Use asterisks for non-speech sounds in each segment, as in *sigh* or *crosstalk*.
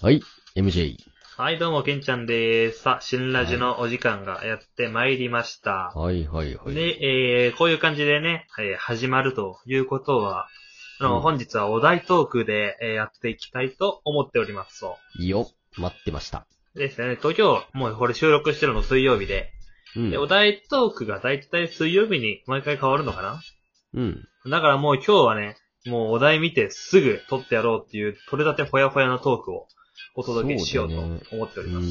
はい、MJ。はい、どうも、けんちゃんです。さあ、新ラジのお時間がやってまいりました。はいはいはい。で、えー、こういう感じでね、えー始まるということは、あの、うん本日はお題トークで、えーやっていきたいと思っております。そいいよ。待ってました。う。ですね、東京、もうこれ収録してるの水曜日で、うん。でお題トークがだいたい水曜日に毎回変わるのかなうん。だからもう今日はね、もうお題見てすぐ撮ってやろうっていう、取れたてほやほやのトークをお届けしようとそうだね思っておうります。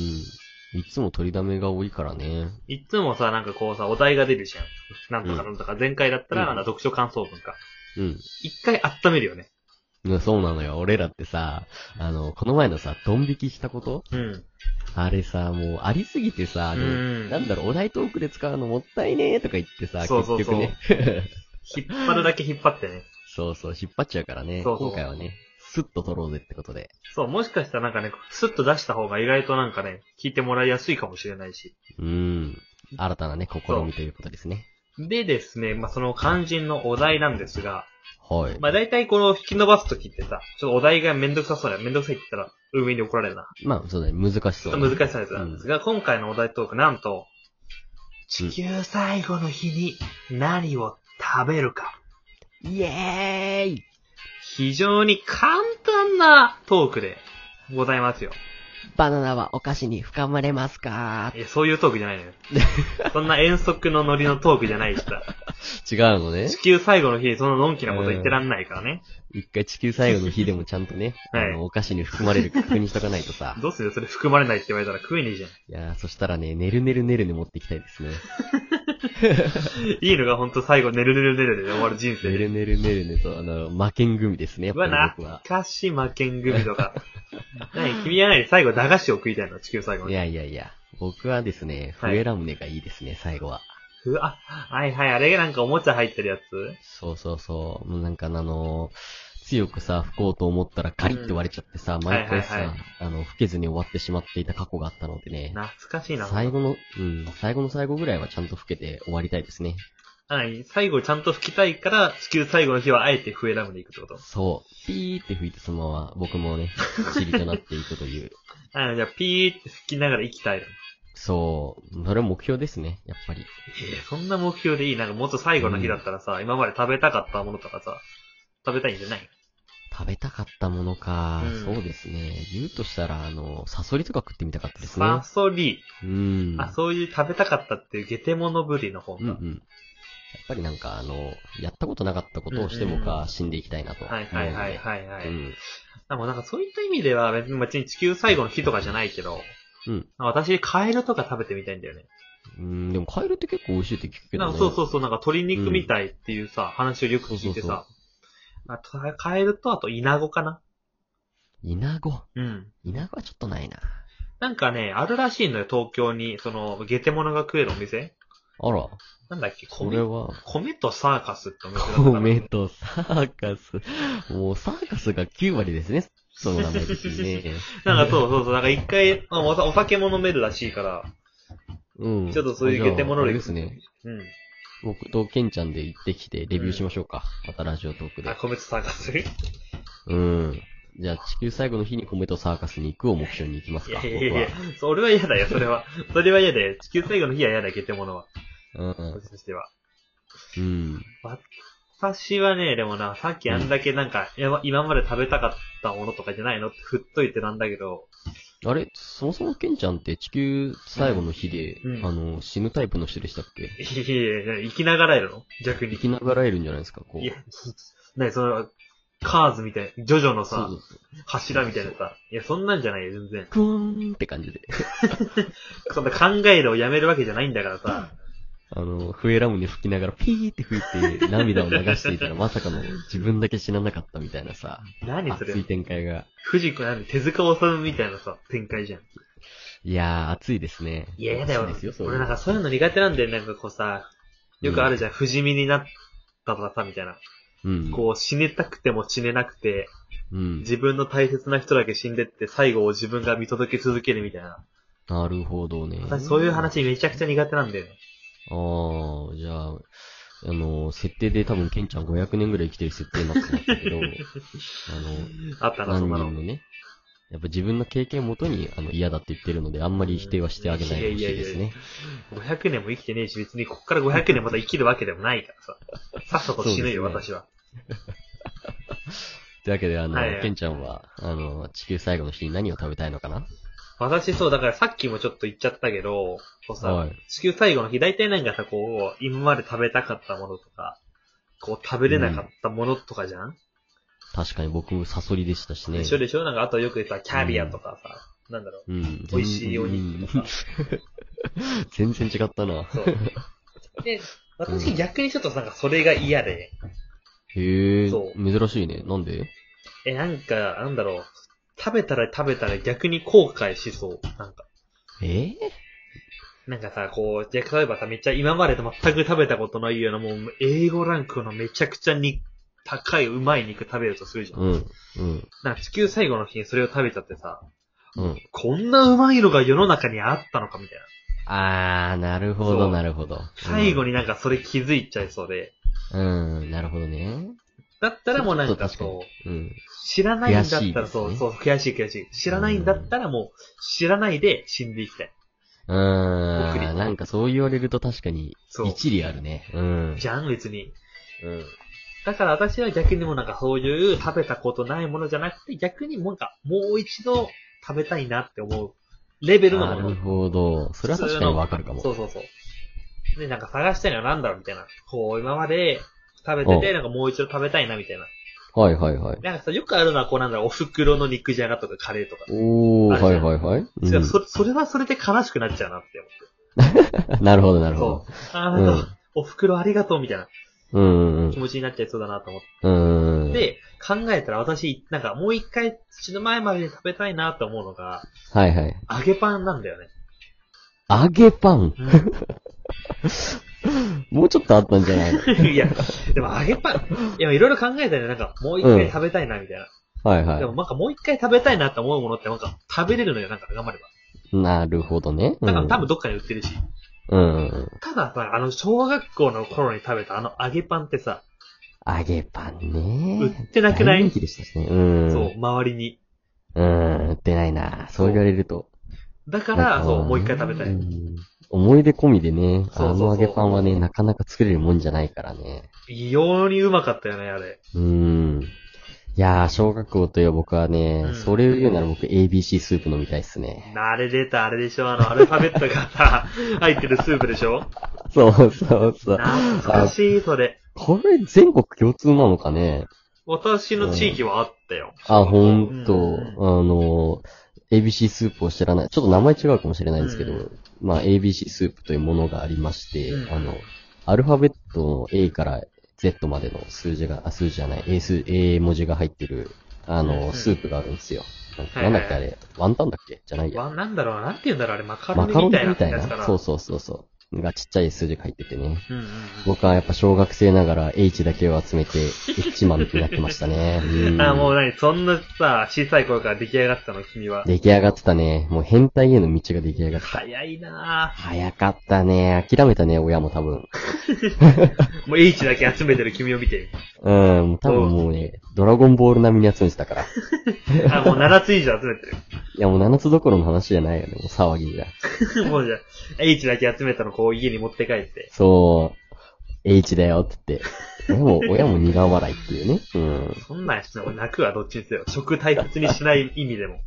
ん。いつも取りだめが多いからね。いつもさ、なんかこうさ、お題が出るじゃん。 *laughs* なんとかなんとか、前回だったら、うんなんだ、読書感想文か。うん一回温めるよね。うん。そうなのよ。俺らってさ、あの、この前のさ、ドン引きしたことうん。あれさ、もうありすぎてさ、でもうんなんだろう、お題トークで使うのもったいねーとか言ってさ、そうそうそう結局ね。 *laughs* 引っ張るだけ引っ張ってね。そうそう、引っ張っちゃうからね。そうそう今回はね、スッと取ろうぜってことで。そう、もしかしたらなんかね、スッと出した方が意外となんかね、聞いてもらいやすいかもしれないし。うん。新たなね、試みということですね。でですね、まあ、その肝心のお題なんですが、はい。まあ、大体この引き伸ばすときってさ、ちょっとお題がめんどくさそうだよ。めんどくさいって言ったら、運営に怒られるな。まあ、そうだね、難しちそょっとう。難しさのやつなんですが、今回のお題トーク、なんうと、ん地球最後の日に何を食べるか。イエーイ非常に簡単なトークでございますよ。バナナはお菓子に含まれますかえ、そういうトークじゃな *laughs* いのよ。そんな遠足のノリのトークじゃないしさ。違うのね地。球最後の日にそんなのんきなこと言ってらんないからね。一回地球最後の日でもちゃんとね、はいあの、お菓子に含まれるか確認しとかないとさ。どうするそれ含まれないって言われたら食えねえじゃん。いやー、そしたらね、ねるねるねるね持っていきたいですね。いいのがほんと最後、ねるねるねるねで終わる人ね生で。るねるねるねと、あの、負けん組ですね、やっうぱわ、り僕懐は。かしい負けん組とか。何君は何最後駄菓子を食いたいの地球最後いに。やいやいや、僕はですね、はい笛ラムネがいいですね、最後は。うわ、はいはい、あれがなんかおもちゃ入ってるやつそうそうそう、もうなんかあのー強くさ、吹こうと思ったらカリッて割れちゃってさ、毎回さ、はいはいはあの、吹けずに終わってしまっていた過去があったのでね。懐かしいな。最後の、うん、最後の最後ぐらいはちゃんと吹けて終わりたいですね。はい、最後ちゃんと吹きたいから、地球最後の日はあえて笛ラムで行くってことそう。ピーって吹いてそのまま僕もね、チリとなっていくという。 *laughs* あじゃあ、ピーって吹きながら生きたいの。そう。それは目標ですね、やっぱり。えーそんな目標でいいなんかもっと最後の日だったらさ、今まで食べたかったものとかさ、食べたいんじゃない食べたかったものか、うんそうですね。言うとしたら、あの、サソリとか食ってみたかったですね。サソリ。うん。あ、そういう食べたかったっていうゲテモノぶりの方うんうが。ん。やっぱりなんか、あの、やったことなかったことをして僕うんうはん死んでいきたいなと思うはのいで。はいはいはいはい。うん。でもなんかそういった意味では別に別に地球最後の日とかじゃないけど、うん。私カエルとか食べてみたいんだよね。うん、でもカエルって結構美味しいって聞くけどなね。んかそうそうそう、なんか鶏肉みたいっていうさ、話をよく聞いてさ、あとカエルとあとイナゴかなイナゴ。うん。イナゴはちょっとないな。なんかね、あるらしいのよ、東京に、その、ゲテモノが食えるお店あら、なんだっけ、これ米、は、米とサーカスってお店だったかな米とサーカス。もうサーカスが9割ですね。その名前的にね。 *laughs* なんかそうそうそう、なんか一回、まあお酒お酒も飲めるらしいから、うん。ちょっとそういうゲテモノあじゃああ類れですね。うん。僕とケンちゃんで行ってきてレビューしましょうか。またラジオトークあ、で。米とサーカス *laughs* いうん。じゃあ地球最後の日に米とサーカスに行くを目標に行きますか。や僕いやいやは。、そう俺は嫌だよ、それは。それは嫌だよ。地球最後の日は嫌だ、ゲテモノは。うん私としては。うん。私はね、でもな、さっきあんだけなんか、やば今まで食べたかったものとかじゃないのって振っといてなんだけど、あれそもそもケンちゃんって地球最後の日で、うんあの、死ぬタイプの人でしたっけいやいやいや、生きながらやるの逆に生。きながらえるんじゃないですかこう。いや、 *laughs* なにその、カーズみたいな、ジョジョのそうさそ、うそう。柱みたいなさ、いや、そんなんじゃないよ、全然。クーンって感じで。そんな考えるをやめるわけじゃないんだからさ、あの、笛ラムネ吹きながらピーって吹いて涙を流していたらまさかの自分だけ死ななかったみたいなさ、何そ熱いれ、展開が。藤子なんで手塚治虫みたいなさ、展開じゃん。いやー、熱いですね。いや、やだよ熱いです。俺なんかそういうの苦手なんだよ、なんかこうさ、よくあるじゃん、不死身になったとかさ、みたいな。うん。こう、死ねたくても死ねなくて、うん。自分の大切な人だけ死んでって、最後を自分が見届け続けるみたいな。なるほどね。私そういう。話めちゃくちゃ苦手なんだよね。あー、じゃあ、あの、設定で多分ケンちゃん500年ぐらい生きてる設定になってましたけど、ああったな、の、そん何なの人。のね、やっぱ自分の経験をもとに、あの、嫌だって言ってるので、あんまり否定はしてあげないでほしいですね。 500年も生きてねえし、別にこっから500年また生きるわけでもない *laughs* からさ。さっさと死ぬよ、そうで私は。というわけで、あの、はいはいケンちゃんは、あの、地球最後の日に何を食べたいのかな私そう、だからさっきもちょっと言っちゃったけど、こうさ、はい地球最後の日、大体なんかさ、こう、今まで食べたかったものとか、こう、食べれなかったものとかじゃん、確かに僕もサソリでしたしねで。しょでしょなんか、あとよく言ったキャビアとかさ、なんだろう、うん。美味しいお肉とか。 *laughs* 全然違ったな。そう。 *laughs* で、私逆にちょっとなんかそれが嫌で、へえ、そう珍しいね。なんでえ、なんか、なんだろう、食べたら食べたら逆に後悔しそう。なんか、えなんかさ、こう、じゃあ例えばさ、めっちゃ今まで全く食べたことないような、もう、英語ランクのめちゃくちゃに、高い、うまい肉食べるとするじゃん。うん、うん、なんか地球最後の日にそれを食べちゃってさ、うん。こんなうまいのが世の中にあったのかみたいな。あー、なるほそど、うなるほど。最後に。になんかそれ気づいちゃいそうで。うん、なるほどね。だったらもうなんかちょっとそう、うん。知らないんだった悔しいでら、すねそう、そう、悔しい悔しい。知らないんだったらもう、知らないで死んでいきたい。うー送りん、なんかそう言われると確かに、そう。一理あるね。うん。じゃん、別に。うん。だから私は逆にもうなんかそういう食べたことないものじゃなくて、逆にもうなんか、もう一度食べたいなって思うレベルのなもるの。ほど。それは確かにわかるかも。そうそうそう。で、なんか探したいのはなんだろうみたいな。こう、今まで食べてうて、んなんかもう一度食べたいなみたいな。はいはいはい。なんかさ、よくあるのはこうなんだろう、お袋の肉じゃがとかカレーとか。おあー、るじはゃいんはいはい。それうんそそれはそれで悲しくなっちゃうなって思って。なるほど、なるほど。ああ、なんうんか、お袋ありがとうみたいなうんうん気持ちになっちゃいそうだなと思って。うん。うん。、で、考えたら私、なんかもう一回死ぬ前までに食べたいなと思うのが、はいはい。揚げパンなんだよね。 *laughs* 揚げパン。 *laughs* もうちょっとあったんじゃないのいや、でも揚げパン、いや、いろいろ考えたよね。なんか、もう一回食べたいなみたいな。はいはでもなんかもう一回食べたいなって思うものってなんか食べれるのよ、なんか頑張れば。い。なるほどね。だから多分分どっかに売ってるし。うんうんたださ、あの、小学校の頃に食べたあの揚げパンってさ、うん。揚げパン売ね。ってなくな大い人気でしたしね。うん。そう、周りに。うん、売ってないな。そう言われると。だかなんら、かそう、もう一回食べたい。うん思い出込みでね、あそうそうそうの揚げパンはね、なかなか作れるもんじゃないからね。異様にうまかったよね、あれ。うん。いやー、小学校といえば僕はね、うんそれを言うなら僕 ABC スープ飲みたいっすね。あれ出た、あれでしょ、あの、アルファベットがさ、 *laughs* 入ってるスープでしょそうそうそう。懐かしい、それ。これ全国共通なのかね私の地域はあったよ。あ、ほんと、うんあの、ABC スープを知らない。ちょっと名前違うかもしれないですけど、うんまあ ABC スープというものがありまして、うんあの、アルファベットの A から Z までの数字が、あ、数字じゃない、A 数、A 文字が入ってる、あの、うんスープがあるんですよ。なんかはいはいなんだっけあれ、ワンタンだっけじゃないや。わ、なんだろうな、なんて言うんだろう、あれ、マカロマカロンニみたいみなたいやつかな。な。そうそうそうそう。がちっちゃい数字が入っててね。うんうん僕はやっぱ小学生ながら H だけを集めて、H マンになってましたね。う。うんんあ、もう何、そんなさ、小さい頃から出来上がったの、君は。出来上がってたね。もう変態への道が出来上がってた。早いな早かったね。諦めたね、親も多分。ぁ。もう H だけ集めてる君を見て。うん、多分もうね、ドラゴンボール並みに集めてたから。いあ、もう7つ以上集めてや、もう7つどころの話じゃないよね、もう騒ぎが。る。 *laughs* もうじゃあ、H だけ集めたのこう家に持って帰って。そう、H だよって言って。親も、親も苦笑いっていうね。うん。そんなんやしな、泣くわ、どっちにせよ。食大切にしない意味でも。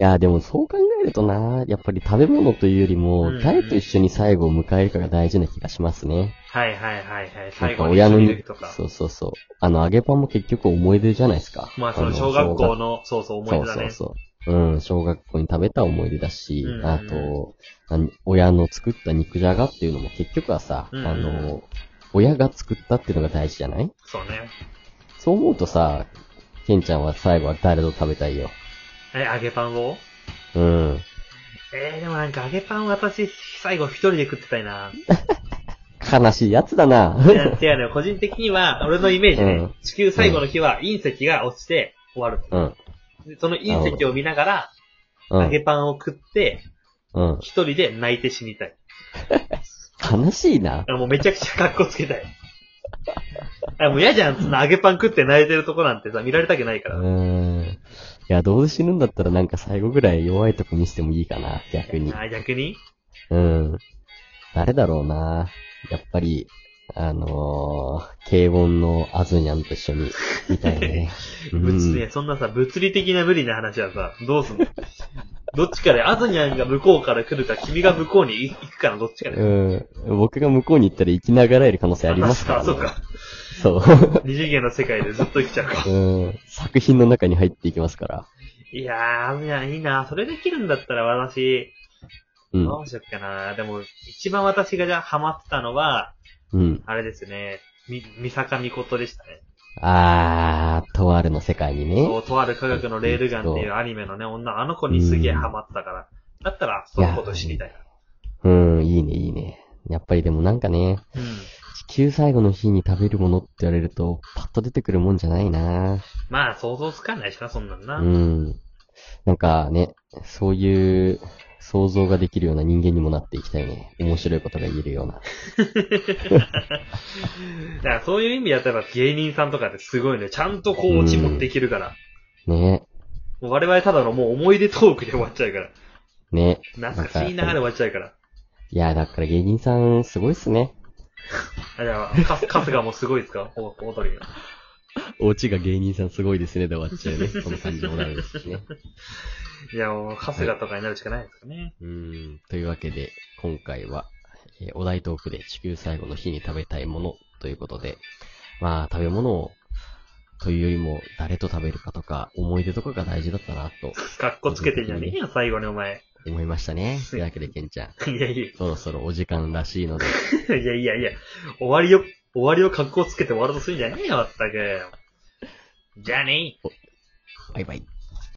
いや、でもそう考えるとな、やっぱり食べ物というよりうも、ん誰と一緒に最後を迎えるかが大事な気がしますね。はいはいはいはい。なん最か後に一親緒のにいるとか。そうそうそう。あの、揚げパンも結局思い出じゃないですか。まあ、そのの小学校の、そうそう、思い出だね。そうそうそう。うん、小学校に食べた思い出だし、うんうんあと、あの親の作った肉じゃがっていうのも結局はさ、うんうんあの、親が作ったっていうのが大事じゃないそうね。そう思うとさ、ケンちゃんは最後は誰と食べたいよ。え、揚げパンをうん。えー、でもなんか揚げパン私、最後一人で食ってたいな。悲しいやつだ *laughs* な。いや、違うね。個人的には、俺のイメージね、うん地球最後の日は隕石が落ちて終わる。うん。でその隕石を見ながら、う揚げん。パンを食って、うん。一人で泣いて死にたい。悲しいな。あもうめちゃくちゃ格好つけたい。あもう嫌じゃん、そんな揚げパン食って泣いてるとこなんてさ、見られたくないかうら。ん。いや、どうせ死ぬんだったらなんか最後ぐらい弱いとこ見せてもいいかな、逆に。あ、逆にうん。誰だろうな。やっぱり、あのー、軽音のアズニャンと一緒に、みたい *laughs* ね。う物理、ん。そんなさ、物理的な無理な話はさ、どうすんのどっちかで、アズニャンが向こうから来るか、君が向こうに行くかのどっちかで。うん、僕が向こうに行ったら生きながらえる可能性ありますから、あそうか。そう。二次元の世界でずっと生きちゃうか。うん。作品の中に入っていきますから。いやー、アズニャンいいな。それできるんだったら私、うん。どうしよっかな。でも、一番私がじゃあハマってたのは、うん。あれですね、み、三坂美琴でしたね。あー、とあるの世界にね。そうとある科学のレールガンっていうアニメのね、女、あの子にすげえハマったから。だったら、そのこと知りたい。うん、いいね、いいね。やっぱりでもなんかね、うん。地球最後の日に食べるものって言われると、パッと出てくるもんじゃないなまあ、想像つかないしな、そんなんな。うん。なんかね、そういう想像ができるような人間にもなっていきたいね。面白いことが言えるような。だからそういう意味では、例えば芸人さんとかってすごいね、ちゃんとこう落ち持っていけるから。ね。もう我々ただのもう思い出トークで終わっちゃうから。ね。懐かしいなーで終わっちゃうから。いや、だから芸人さん、すごいっすね。あ、じゃあ、かす、かすがもすごいですかお、おとりが。お家が芸人さんすごいですねで終わっち *laughs* ゃうね。その感じもないですしね。いや、もう、かすがとかになるしかないですかね。うん。というわけで、今回は、えーお題トークで地球最後の日に食べたいものということで、まあ、食べ物を、というよりも、誰と食べるかとか、思い出とかが大事だったな、とかっこつけてんじゃねえよ、最後にお前。 *laughs* 思いましたね。というわけで、ケンちゃん、いやいや、そろそろお時間らしいので、いやいやいや、終わりを、終わりを格好つけて終わろうとするんじゃねえよ、まったく。じゃあねバイバイ。